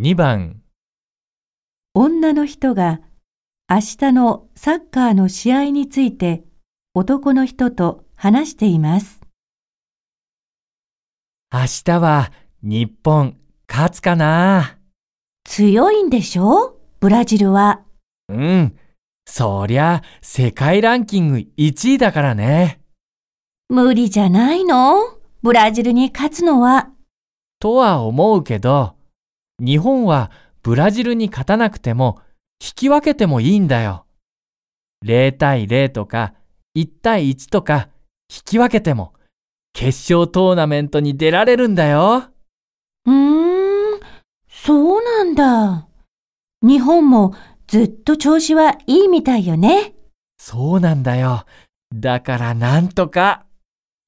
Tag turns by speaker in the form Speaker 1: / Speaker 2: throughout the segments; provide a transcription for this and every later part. Speaker 1: 2番、
Speaker 2: 女の人が明日のサッカーの試合について男の人と話しています。
Speaker 1: 明日は日本勝つかな
Speaker 2: 強いんでしょブラジルは。
Speaker 1: うん。そりゃ、世界ランキング1位だからね。
Speaker 2: 無理じゃないのブラジルに勝つのは。
Speaker 1: とは思うけど、日本はブラジルに勝たなくても、引き分けてもいいんだよ。0対0とか、1対1とか、引き分けても、決勝トーナメントに出られるんだよ。
Speaker 2: うーん、そうなんだ。日本もずっと調子はいいみたいよね。
Speaker 1: そうなんだよ。だからなんとか。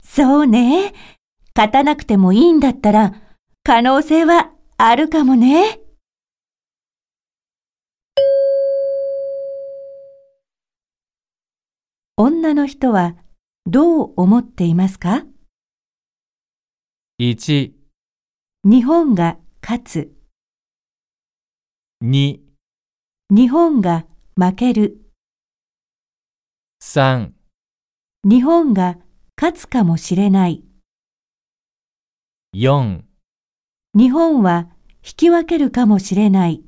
Speaker 2: そうね。勝たなくてもいいんだったら可能性はあるかもね。女の人はどう思っていますか
Speaker 1: 1、
Speaker 2: 日本が勝つ、
Speaker 1: 2、
Speaker 2: 日本が負ける、
Speaker 1: 3、
Speaker 2: 日本が勝つかもしれない。
Speaker 1: 4
Speaker 2: 日本は引き分けるかもしれない。